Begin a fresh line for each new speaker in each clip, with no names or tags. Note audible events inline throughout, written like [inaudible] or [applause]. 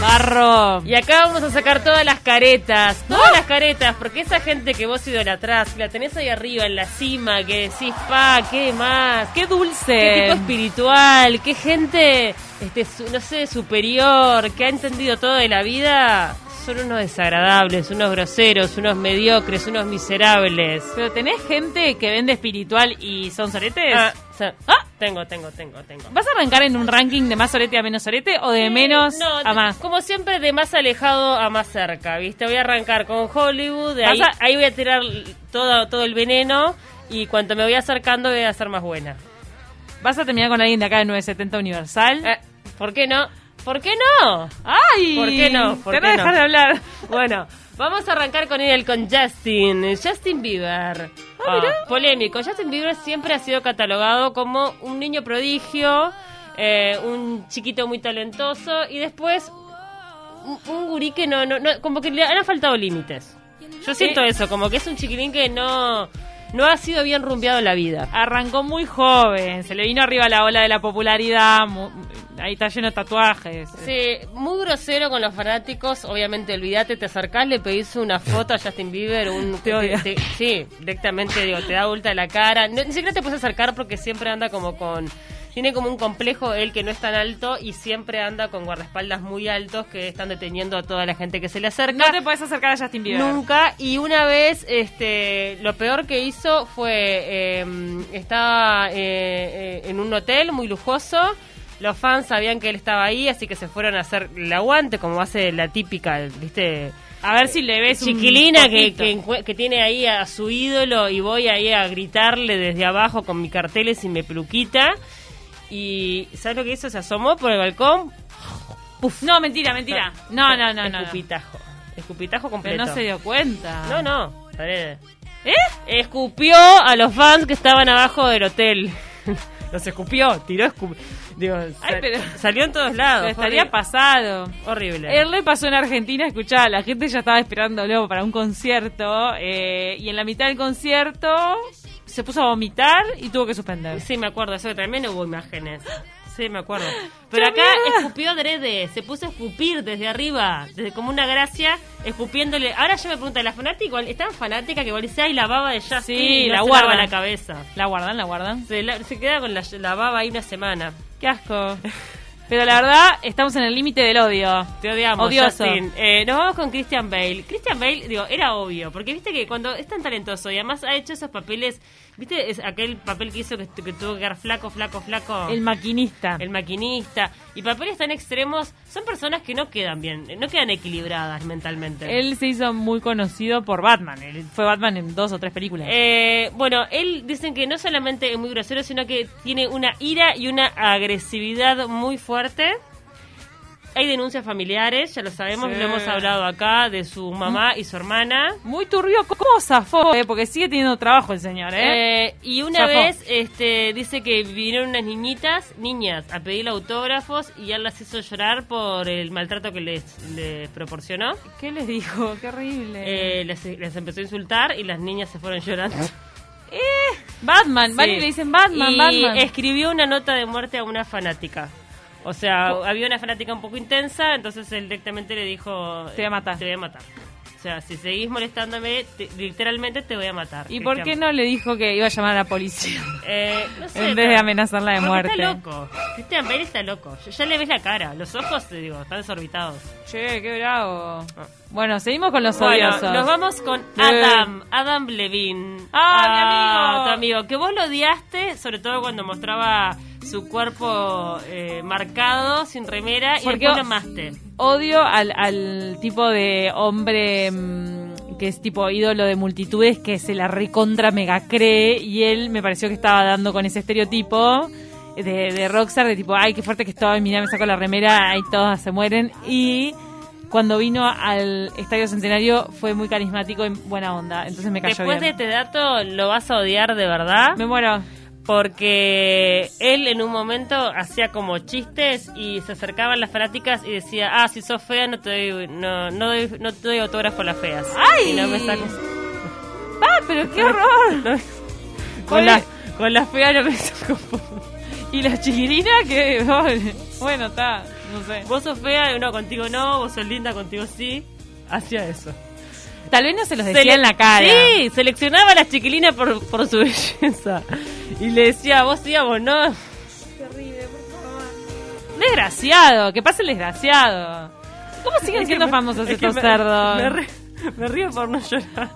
Garro.
Y acá vamos a sacar todas las caretas, todas
¡Oh!
las caretas, porque esa gente que vos idolatrás, que la tenés ahí arriba, en la cima, que decís, pa, qué más, qué dulce, qué tipo espiritual, qué gente, este, su- no sé, superior, que ha entendido todo de la vida, son unos desagradables, unos groseros, unos mediocres, unos miserables.
Pero tenés gente que vende espiritual y son soretes.
Ah, sa- ah, tengo, tengo, tengo, tengo.
¿Vas a arrancar en un ranking de más sorete a menos sorete o de menos
No,
a más?
Como siempre, de más alejado a más cerca, ¿viste? Voy a arrancar con Hollywood, de ahí,
Vas a-
ahí voy a tirar todo, todo el veneno y cuanto me voy acercando voy a ser más buena.
¿Vas a terminar con alguien de acá de 970 Universal?
Eh, ¿Por qué no? ¿Por qué no?
¡Ay!
¿Por qué no? ¿Por
te
qué
voy a
no?
dejar de hablar.
Bueno, vamos a arrancar con él, con Justin, Justin Bieber. Ah, polémico, Justin Bieber siempre ha sido catalogado como un niño prodigio, eh, un chiquito muy talentoso y después un, un gurí que no, no, no- como que le han faltado límites. Yo siento eso, como que es un chiquilín que no, no ha sido bien rumbeado en la vida.
Arrancó muy joven, se le vino arriba la ola de la popularidad, mu- ahí está lleno de tatuajes.
Sí, muy grosero con los fanáticos. Obviamente, olvídate, te acercás, le pedís una foto a Justin Bieber. Un,
[laughs] Te odia.
sí, directamente digo, te da vuelta la cara. No- ni siquiera te puedes acercar porque siempre anda como con. Tiene como un complejo él que no es tan alto y siempre anda con guardaespaldas muy altos que están deteniendo a toda la gente que se le acerca.
No te podés acercar a Justin Bieber.
Nunca. Y una vez, este, lo peor que hizo fue eh, estaba eh, eh, en un hotel muy lujoso. Los fans sabían que él estaba ahí, así que se fueron a hacer el aguante, como hace la típica, viste,
A ver si le ves un
chiquilina que,
poquito.
que, encue- que tiene ahí a su ídolo y voy ahí a gritarle desde abajo con mis carteles y mi peluquita. Y ¿sabes lo que hizo? Se asomó por el balcón.
No, mentira, mentira. No, no, no, no. no.
Escupitajo. Escupitajo completo.
Pero no se dio cuenta.
No, no. adrede.
¿Eh?
Escupió a los fans que estaban abajo del hotel. [laughs] los escupió, tiró escupió. Digo, sal-
pero-
salió en todos lados.
Pero
fue
estaría
horri-
pasado.
horrible.
Él le pasó en Argentina, escuchá, la gente ya estaba esperándolo para un concierto eh, y en la mitad del concierto se puso a vomitar y tuvo que suspender.
Sí, me acuerdo, eso que también hubo imágenes. Sí, me acuerdo. Pero
¡Qué
acá
mierda!
escupió adrede, se puso a escupir desde arriba, desde como una gracia, escupiéndole. Ahora yo me pregunto, la fanática igual, es tan fanática que igual dice, ay, la baba de Justin
Sí,
y no
la
se
guarda.
lava la cabeza.
La guardan, la guardan.
Se, la- se queda con la, la baba ahí una semana.
Qué
[laughs]
asco. Pero la verdad, estamos en el límite del odio.
Te odiamos,
Odioso.
Justin. Eh, nos vamos con Christian Bale. Christian Bale, digo, era obvio, porque viste que cuando es tan talentoso y además ha hecho esos papeles, viste es aquel papel que hizo que, que tuvo que quedar flaco, flaco, flaco.
El maquinista.
El maquinista. Y papeles tan extremos son personas que no quedan bien, no quedan equilibradas mentalmente.
Él se hizo muy conocido por Batman. Él fue Batman en dos o tres películas.
Eh, bueno, él dicen que no solamente es muy grosero, sino que tiene una ira y una agresividad muy fuerte. Hay denuncias familiares, ya lo sabemos,
Sí.
lo hemos hablado acá de su mamá y su hermana.
Muy turbio, ¿cómo zafó? eh? Porque sigue teniendo trabajo el señor, ¿eh?
Eh, y una
Zafó.
vez este, dice que vinieron unas niñitas, niñas, a pedirle autógrafos y él las hizo llorar por el maltrato que les, les proporcionó.
¿Qué les dijo? Qué horrible.
Eh, les, les empezó a insultar y las niñas se fueron llorando.
Batman,
Sí.
van y le dicen Batman,
Y
Batman.
escribió una nota de muerte a una fanática. O sea, había una fanática un poco intensa, entonces él directamente le dijo...
Te voy a matar.
Te voy a matar. O sea, si seguís molestándome, te- literalmente te voy a matar.
¿Y por qué
Cristian.
no le dijo que iba a llamar a la policía?
Eh, no
[laughs]
sé,
en vez de
no.
amenazarla de
Porque
muerte.
Está loco. Christian Bale está loco. Ya, ya le ves la cara. Los ojos, te digo, están desorbitados.
Che, qué bravo. Bueno, seguimos con los
Ah. Bueno,
odiosos.
nos vamos con
Eh,
Adam, Adam Levine.
Ah, mi amigo.
tu amigo, que vos lo odiaste, sobre todo cuando mostraba su cuerpo eh, marcado, sin remera, y
Porque
después lo
vos-
amaste.
Odio al, al tipo de hombre mm, que es tipo ídolo de multitudes que se la recontra mega cree y él me pareció que estaba dando con ese estereotipo de, de rockstar de tipo, ay, qué fuerte que estoy, mirá, me saco la remera, ahí todas se mueren y... Cuando vino al Estadio Centenario fue muy carismático y buena onda, entonces me cayó
Después
bien.
de este dato, lo vas a odiar de verdad.
Me muero.
Porque él en un momento hacía como chistes y se acercaban las fanáticas y decía, ah, si sos fea no te doy, no, no doy, no te doy autógrafo a las feas.
¡Ay!
Y no me saco-
¡Ah, pero qué [laughs]
[laughs]
horror!
con, la, con las feas no me saco.
Y la chiquilina que... [laughs] Bueno, está. No sé.
Vos sos fea, no, contigo no, vos sos linda, contigo sí. Hacía eso.
Tal vez no se los
Sele-
decía en la cara.
Sí, seleccionaba a las chiquilinas por, por su [laughs] belleza. Y le decía, vos sí, a vos no.
Desgraciado, que pase el desgraciado. ¿Cómo siguen
Es que
siendo
me-
famosos
es que
estos
me-
cerdos?
Me, [laughs] ri- me río por no llorar.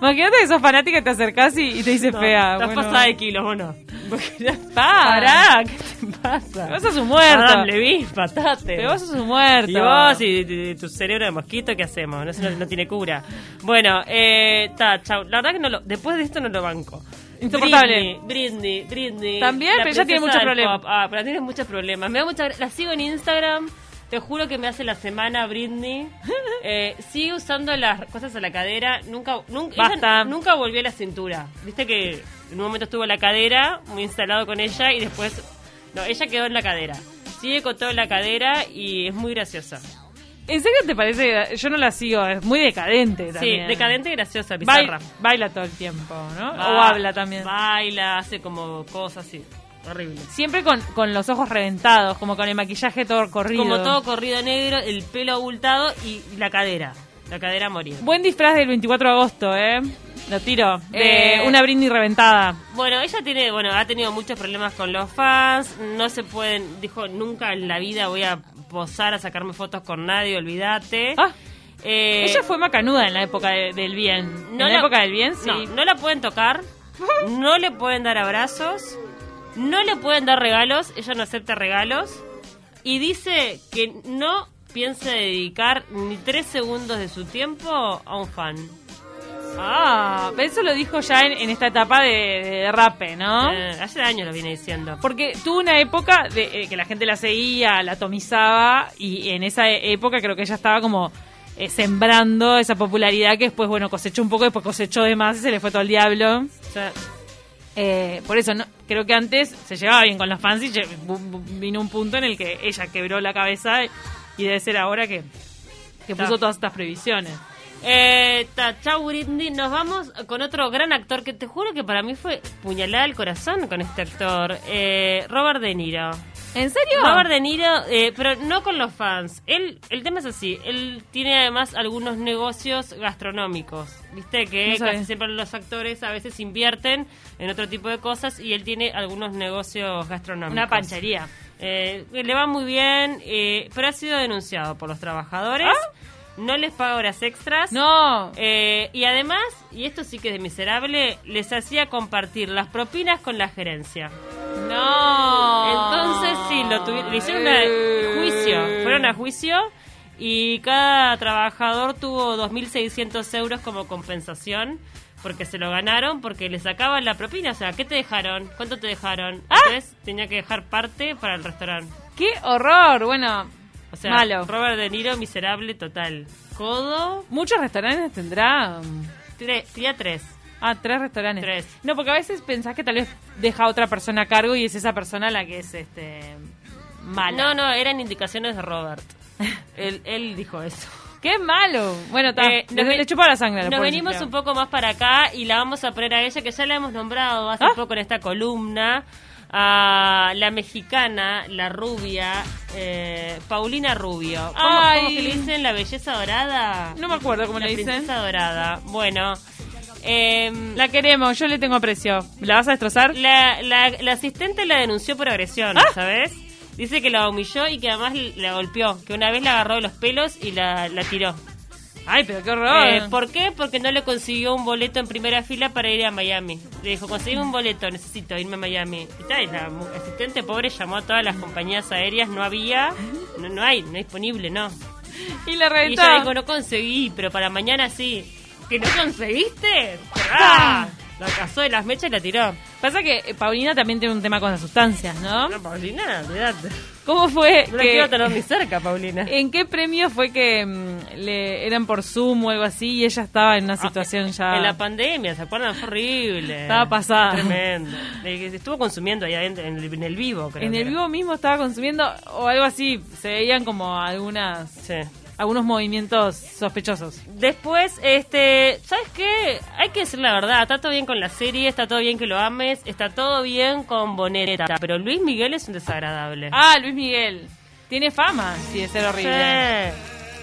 Imagínate que sos fanática y te acercás y, y te dice
No,
fea.
Estás
bueno.
pasada de kilos,
[laughs]
vos no. Vos querés-
Pa.
Pará, ¿qué te pasa?
Vos sos un muerto.
Adam Levine, patate.
Pero vos sos un muerto.
Y vos y, y- y tu cerebro de mosquito, ¿qué hacemos? No, eso no, no tiene cura. Bueno, eh, ta, chau. La verdad que no lo, después de esto no lo banco.
Insoportable.
Britney, Britney, Britney.
También,
la
pero ella tiene
princesa
muchos
del
problemas.
pop. Ah, pero tiene muchos problemas. Me da mucha gra- La sigo en Instagram. Te juro que me hace la
[laughs]
semana Britney. Eh, sigue usando las cosas a la cadera. Nunca, nunca, ella
Basta.
nunca volvió a la cintura. Viste que en un momento estuvo la cadera, muy instalado con ella, y después. No, ella quedó en la cadera. Sigue con todo en la cadera y es muy graciosa.
¿En serio te parece? Yo no la sigo, es muy decadente también.
Sí, decadente y graciosa, bizarra.
Baila, baila todo el tiempo, ¿no? o
Ba-
habla también.
Baila, hace como cosas así. Horrible.
Siempre con, con los ojos reventados, como con el maquillaje todo corrido.
Como todo corrido negro, el pelo abultado y la cadera. La cadera a morir.
Buen disfraz del 24 de agosto, ¿eh? Lo tiro.
De-
Eh, una brindis reventada.
Bueno, ella tiene, bueno, ha tenido muchos problemas con los fans, no se pueden, dijo, nunca en la vida voy a posar a sacarme fotos con nadie, olvídate.
Ah.
Eh,
Ella fue macanuda en la época de- del bien.
no
en la, época del bien, sí.
No, no la pueden tocar, no le pueden dar abrazos, no le pueden dar regalos, ella no acepta regalos y dice que no piensa dedicar ni tres segundos de su tiempo a un fan.
Ah, pero eso lo dijo ya en, en esta etapa de, de rape, ¿no?
Eh, hace años lo viene diciendo.
Porque tuvo una época de, eh, que la gente la seguía, la atomizaba, y en esa e- época creo que ella estaba como eh, sembrando esa popularidad que después, bueno, cosechó un poco, después cosechó de más y se le fue todo al diablo.
O sea,
Eh, por eso, no, creo que antes se llevaba bien con los fans y lle- bu- bu- vino un punto en el que ella quebró la cabeza y debe ser ahora que, que
Ta.
puso todas estas previsiones.
Eh, ta, chau Britney, nos vamos con otro gran actor que te juro que para mí fue puñalada al corazón con este actor, eh, Robert De Niro.
¿En serio?
Robert De Niro, eh, pero no con los fans. Él, el tema es así, él tiene además algunos negocios gastronómicos. Viste que
No sabía.
casi siempre los actores a veces invierten en otro tipo de cosas y él tiene algunos negocios gastronómicos.
Una panchería.
Eh, le va muy bien, eh, pero ha sido denunciado por los trabajadores. No les paga horas extras.
¿Ah? No.
Eh, y además, y esto sí que es de miserable, les hacía compartir las propinas con la gerencia.
No. Eh.
Entonces, sí, lo tuvi- le hicieron a juicio. Fueron a juicio y cada trabajador tuvo 2.600 euros como compensación porque se lo ganaron, porque le sacaban la propina. O sea, ¿qué te dejaron? ¿Cuánto te dejaron? Entonces tenía que dejar parte para el restaurante.
¡Qué horror! Bueno,
O sea,
Malo.
Robert De Niro, miserable total. Codo,
muchos restaurantes tendrán.
tre- tenía tres.
Ah, tres restaurantes.
Tres.
No, porque a veces pensás que tal vez deja a otra persona a cargo y es esa persona la que es este mala.
No, no, eran indicaciones de
[laughs]
Robert. él, él dijo eso.
¡Qué malo! Bueno, ta,
Eh,
le,
nos ve-
le chupaba la sangre.
Nos venimos un poco más para acá y la vamos a poner a ella, que ya la hemos nombrado hace
Ah.
poco en esta columna, a la mexicana, la rubia, eh, Paulina Rubio. ¿Cómo,
Ay.
cómo que le dicen la belleza dorada?
No me acuerdo cómo
la
le dicen.
princesa dorada. Bueno, em,
La queremos, yo le tengo aprecio. ¿La vas a destrozar?
la, la- la asistente la denunció por agresión, ¿sabes? Dice que la humilló y que además la golpeó, que una vez la agarró de los pelos y la, la tiró.
Ay, pero qué horror.
Eh, ¿Por qué? Porque no le consiguió un boleto en primera fila para ir a Miami. Le dijo, conseguime un boleto, necesito irme a Miami. Y tal, y la mu- asistente pobre llamó a todas las compañías aéreas, no había, no, no hay, no disponible, no.
y la
Y ella
reventó.
dijo, no conseguí, pero para mañana sí. ¿Que no conseguiste? ¡Ah! La cazó de las mechas y la tiró.
Pasa que eh, Paulina también tiene un tema con las sustancias, ¿no?
No, Paulina, cuidate.
¿Cómo fue
No la
que Eh,
quiero tener ni cerca, Paulina.
¿En qué premio fue que mm, le eran por Zoom o algo así y ella estaba en una situación ya
Ah, En la pandemia, ¿se acuerdan? Fue horrible.
Estaba pasada.
Tremendo. Eh, Estuvo consumiendo ahí adentro, en el, en el vivo, creo.
en
que
el
era.
vivo mismo estaba consumiendo o algo así, se veían como algunas
Sí.
algunos movimientos sospechosos.
Después, este, ¿sabes qué? Hay que decir la verdad, está todo bien con la serie, está todo bien que lo ames, está todo bien con Boneta, pero Luis Miguel es un desagradable.
Ah, Luis Miguel. Tiene fama, sí, de ser horrible.
Sí.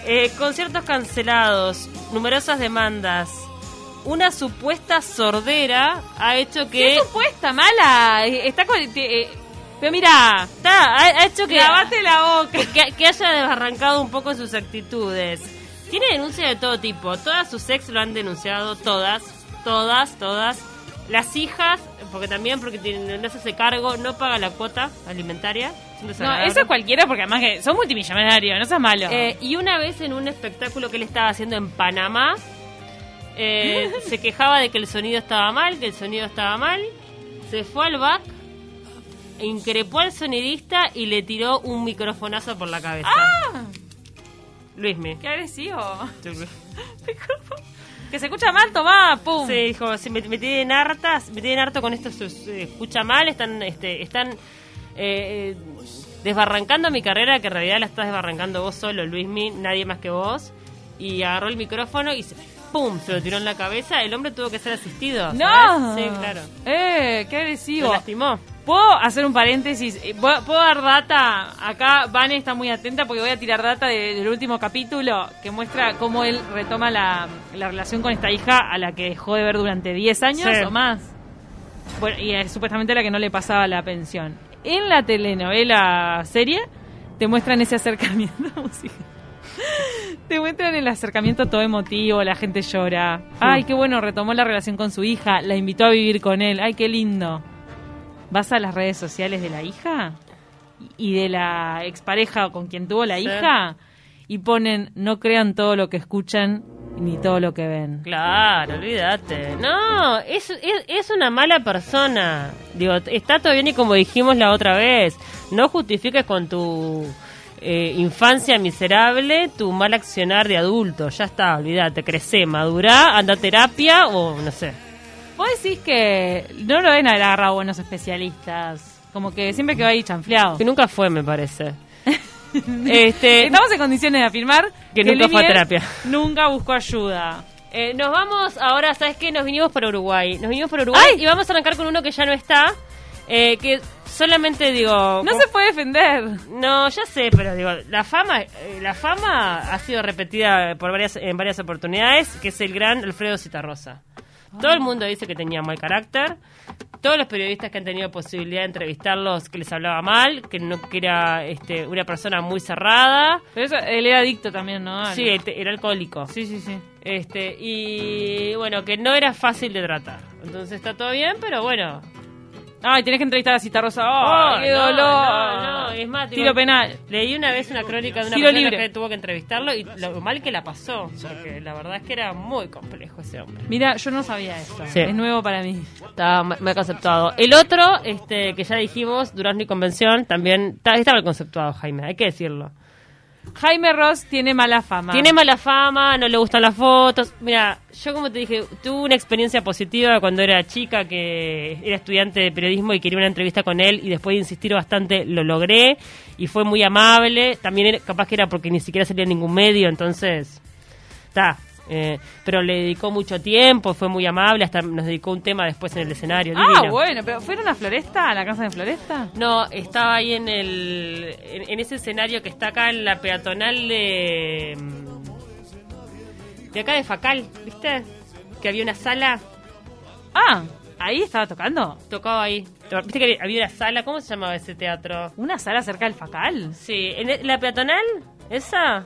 Eh, conciertos cancelados, numerosas demandas. Una supuesta sordera ha hecho
¿Qué
que.
supuesta mala? Eh, Está con... te- eh, pero mira,
Está, ha, ha hecho que,
lavate la boca.
que, que haya desarrancado un poco sus actitudes. Tiene denuncias de todo tipo. Todas sus ex lo han denunciado, todas, todas, todas. Las hijas, porque también porque tiene- no se hace cargo, no paga la cuota alimentaria. Es
No,
un desagradable.
eso es cualquiera porque además que son multimillonarios, no seas malo.
Eh, y una vez en un espectáculo que él estaba haciendo en Panamá, eh, se quejaba de que el sonido estaba mal, que el sonido estaba mal, se fue al back, increpó al sonidista y le tiró un microfonazo por la cabeza. Luismi.
Qué agresivo. Que se escucha mal, tomá, pum.
Sí, dijo, si me, me tienen hartas, me tienen harto con esto, se, se escucha mal, están, este, están eh, eh, desbarrancando mi carrera, que en realidad la estás desbarrancando vos solo, Luismi, nadie más que vos. Y agarró el micrófono y se, ¡pum! se lo tiró en la cabeza. El hombre tuvo que ser asistido.
No.
¿sabes? Sí, claro.
Eh, qué
Lo
agresivo.
lastimó.
¿Puedo hacer un paréntesis? Eh, ¿Puedo puedo dar data? Acá Vane está muy atenta porque voy a tirar data de- del último capítulo que muestra cómo él retoma la, la relación con esta hija a la que dejó de ver durante 10 años
Sí.
o más. Bueno, y es supuestamente la que no le pasaba la pensión. En la telenovela serie te muestran ese acercamiento [laughs] música. Te muestran el acercamiento todo emotivo, la gente llora. Ay, qué bueno, retomó la relación con su hija, la invitó a vivir con él. Ay, qué lindo. Vas a las redes sociales de la hija y de la expareja con quien tuvo la
Sí.
hija y ponen no crean todo lo que escuchan ni todo lo que ven.
Claro, olvídate. No, es, es, es una mala persona. Digo, está todo bien y como dijimos la otra vez, no justifiques con tu eh, infancia miserable tu mal accionar de adulto. Ya está, olvídate, crecé, madurá, anda a terapia o no sé.
Vos decís que no lo ven agarrar a buenos especialistas. Como que siempre que va ahí chanfleado.
Que nunca fue, me
[laughs]
parece. este,
Estamos en condiciones de afirmar
Que nunca fue
Lumière
a terapia.
Nunca buscó ayuda.
eh, nos vamos ahora, ¿sabes qué? Nos vinimos para Uruguay. Nos vinimos para Uruguay y vamos a arrancar con uno que ya no está. eh, que solamente digo.
No se puede defender.
No, ya sé, pero digo, la fama, eh, la fama ha sido repetida por varias, en varias oportunidades, que es el gran Alfredo Citarrosa. Todo el mundo dice que tenía mal carácter. Todos los periodistas que han tenido posibilidad de entrevistarlos que les hablaba mal, que no que era este, una persona muy cerrada.
Pero eso, él era adicto también, Ah, ¿no? Al-
Sí, este, era alcohólico.
sí, sí. sí.
Este, y bueno, que no era fácil de tratar. Entonces está todo bien, pero bueno.
Ay, tenés que entrevistar a Cita Rosa. ¡Ay,
Oh,
qué
no,
dolor!
no, no, es más,
Tiro
digo-
penal.
Leí una vez una crónica de una
Tiro
persona
libre.
que tuvo que entrevistarlo y lo mal que la pasó, porque la verdad es que era muy complejo ese hombre.
Mira, yo no sabía esto.
Sí.
Es nuevo para mí.
Estaba ma- mal conceptuado. El otro, este, que ya dijimos, Durazno y Convención, también ta- está mal conceptuado, Jaime, hay que decirlo.
Jaime Ross tiene mala fama.
Tiene mala fama, no le gustan las fotos. Mira, yo como te dije, tuve una experiencia positiva cuando era chica, que era estudiante de periodismo y quería una entrevista con él y después de insistir bastante lo logré y fue muy amable. También era- capaz que era porque ni siquiera salía en ningún medio, entonces está. eh, pero le dedicó mucho tiempo, fue muy amable, hasta nos dedicó un tema después en el escenario.
Ah,
divino.
bueno, pero ¿fueron a Floresta? ¿A la casa de Floresta?
No, estaba ahí en el en, en ese escenario que está acá en la peatonal de mm, de acá de Facal, ¿viste? Que había una sala,
Ah, ahí estaba tocando.
tocaba ahí. ¿Viste que había una sala? ¿Cómo se llamaba ese teatro?
¿Una sala cerca del Facal?
Sí, en e- la peatonal, esa.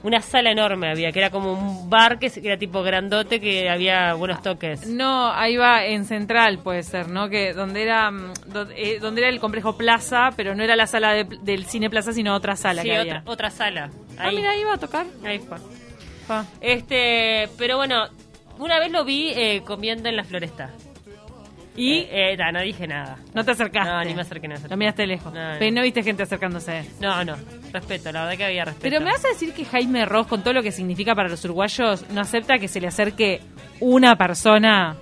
Una sala enorme había, que era como un bar que se- que era tipo grandote que había buenos toques.
No, ahí va en Central, puede ser, ¿no? Que donde era mm, do- eh, donde era el complejo Plaza, pero no era la sala de- del Cine Plaza, sino otra sala
sí,
que
otra,
había.
otra sala.
Ah,
Ahí.
mira, ahí iba a tocar.
ahí fue.
Pa.
Este, pero bueno, una vez lo vi eh, comiendo en la floresta.
Y
Eh, eh, ta, no dije nada.
no te acercaste.
No, ni me acerqué, ni me acerqué.
Lo miraste de lejos.
No, no.
Pero no viste gente acercándose.
No, no, respeto, la verdad que había respeto.
Pero me vas a decir que Jaime Ross, con todo lo que significa para los uruguayos, no acepta que se le acerque una persona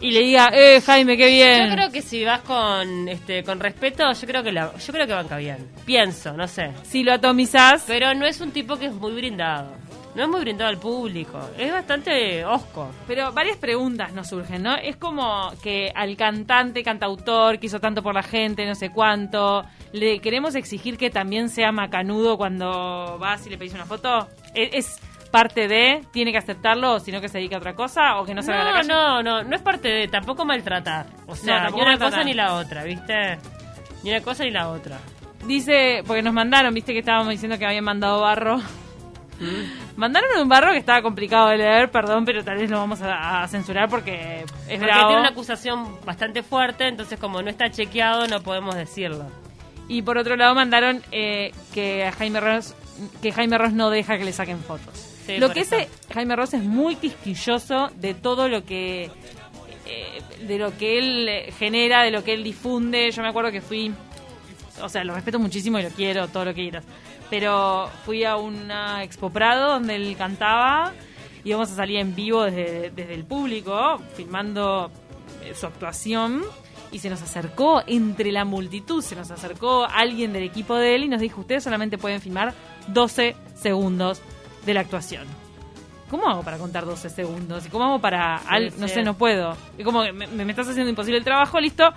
y le diga, eh, Jaime, qué bien.
Yo creo que si vas con este con respeto, yo creo que la, yo creo que banca bien. Pienso, no sé.
Si lo atomizás,
Pero no es un tipo que es muy brindado. No es muy brindado al público. Es bastante osco.
Pero varias preguntas nos surgen, ¿no? Es como que al cantante, cantautor que hizo tanto por la gente, no sé cuánto, ¿le queremos exigir que también sea macanudo cuando vas y le pedís una foto? ¿Es, es parte de, tiene que aceptarlo, o sino que se dedica a otra cosa, o que no salga a la calle?
No, no, no. No es parte de tampoco maltratar. O sea, ni
tampoco
una
maltratar.
cosa ni la otra, ¿viste? Ni una cosa ni la otra.
Dice, porque nos mandaron, viste que estábamos diciendo que habían mandado barro.
¿Mm?
Mandaron un barro que estaba complicado de leer, perdón, pero tal vez lo vamos a, a censurar porque es
Porque
bravo.
tiene una acusación bastante fuerte, entonces como no está chequeado no podemos decirlo.
Y por otro lado mandaron eh, que a Jaime Ross que Jaime Ross no deja que le saquen fotos.
Sí,
lo
por
que
eso.
ese Jaime Ross es muy quisquilloso de todo lo que eh, de lo que él eh, genera, de lo que él difunde. Yo me acuerdo que fui o sea, lo respeto muchísimo y lo quiero, todo lo que quieras. Pero fui a una Expo Prado donde él cantaba y vamos a salir en vivo desde, desde el público, filmando eh, su actuación. Y se nos acercó entre la multitud, se nos acercó alguien del equipo de él y nos dijo, ustedes solamente pueden filmar 12 segundos de la actuación. ¿Cómo hago para contar 12 segundos? ¿Y cómo hago para... al- no
sí.
sé, no puedo. Y como que me, me estás haciendo imposible el trabajo, listo.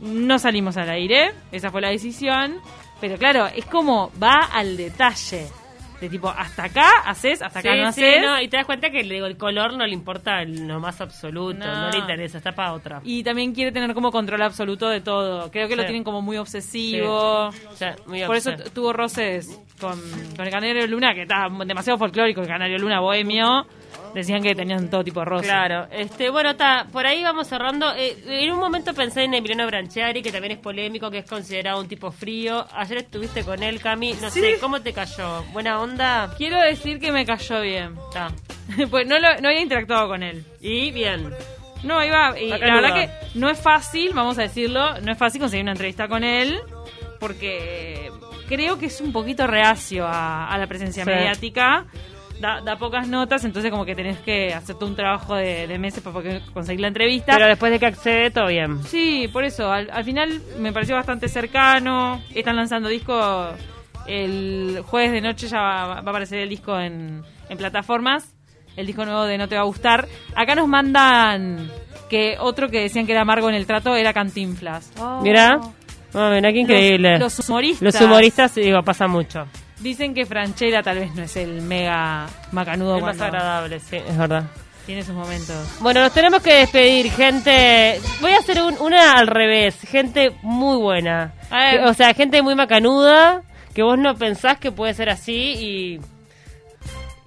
No salimos al aire, esa fue la decisión. Pero claro, es como va al detalle. De tipo, hasta acá haces, hasta acá
Sí,
no
sí,
haces.
no, y te das cuenta que le digo, el color no le importa en lo más absoluto,
No.
no, le interesa, está para otra.
Y también quiere tener como control absoluto de todo. Creo que lo
Sí.
tienen como muy obsesivo.
O sea, muy
Por eso
obsesivo.
t- tuvo roces con, con el Canario Luna, que está demasiado folclórico, el Canario Luna bohemio. Decían que tenían todo tipo de roces.
Claro, este, bueno, está, por ahí vamos cerrando. Eh, en un momento pensé en Emiliano Branchiari, que también es polémico, que es considerado un tipo frío. Ayer estuviste con él, Cami, no
Sí.
sé, ¿cómo te cayó? ¿Buena onda?
Quiero decir que me cayó bien.
Está.
[laughs] pues no, lo- no había interactuado con él.
Y bien.
No, iba. Y la
Saca el
verdad
lugar.
que no es fácil, vamos a decirlo, no es fácil conseguir una entrevista con él, porque creo que es un poquito reacio a, a la presencia
Sí.
mediática. Da, da pocas notas, entonces como que tenés que hacer todo un trabajo de, de meses para poder conseguir la entrevista.
Pero después de que accede, todo bien.
Sí, por eso. Al, al final me pareció bastante cercano. Están lanzando disco. El jueves de noche ya va, va a aparecer el disco en, en plataformas. El disco nuevo de No Te Va a Gustar. Acá nos mandan que otro que decían que era amargo en el trato era Cantinflas.
Mira, mira Oh, qué increíble.
Oh. Los, los humoristas.
Los humoristas, digo, pasa mucho.
Dicen que Franchella tal vez no es el mega macanudo
es más
cuando
agradable, sí, es verdad.
tiene sus momentos.
Bueno, nos tenemos que despedir, gente. Voy a hacer un- una al revés. Gente muy buena.
A ver.
Que- O sea, gente muy macanuda, que vos no pensás que puede ser así y...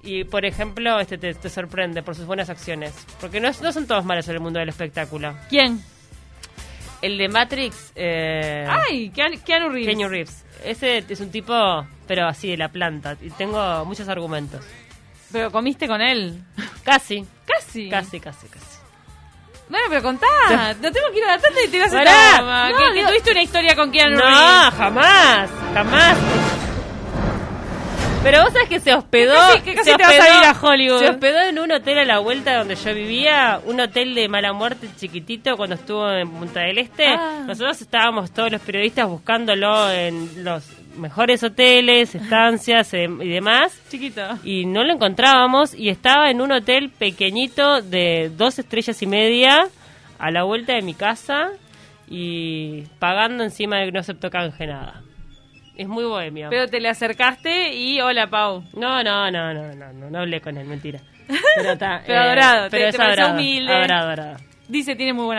Y, por ejemplo, este te, te sorprende por sus buenas acciones. Porque no, es- no son todos malos en el mundo del espectáculo.
¿Quién?
El de Matrix... Eh...
¡Ay! Keanu, Keanu Reeves.
Keanu Reeves. Ese es un tipo, pero así, de la planta. Y tengo muchos argumentos.
Pero comiste con él.
Casi,
Casi.
casi, casi, casi.
Bueno, pero contá. No tengo que ir a la tanda y te vas a
Pará.
hacer
No,
que, que
digo-
tuviste una historia con Keanu
No,
Reeves.
jamás, jamás. Pero vos sabés que se hospedó.
Que casi- que casi
se
te vas a ir a Hollywood.
Se hospedó en un hotel a la vuelta donde yo vivía, un hotel de mala muerte chiquitito cuando estuvo en Punta del Este.
Ah.
Nosotros estábamos todos los periodistas buscándolo en los mejores hoteles, estancias eh, y demás.
Chiquito.
y no lo encontrábamos y estaba en un hotel pequeñito de dos estrellas y media a la vuelta de mi casa y pagando encima de que no aceptó canje nada. Es muy bohemio.
Pero te le acercaste y hola, Pau.
No, no, no, no, no, no,
[laughs]
no hablé con él, mentira. Pero, está, eh,
Pero adorado, te-
pero
te
es
pareció
adorado,
humilde.
adorado, adorado.
Dice, tiene muy buena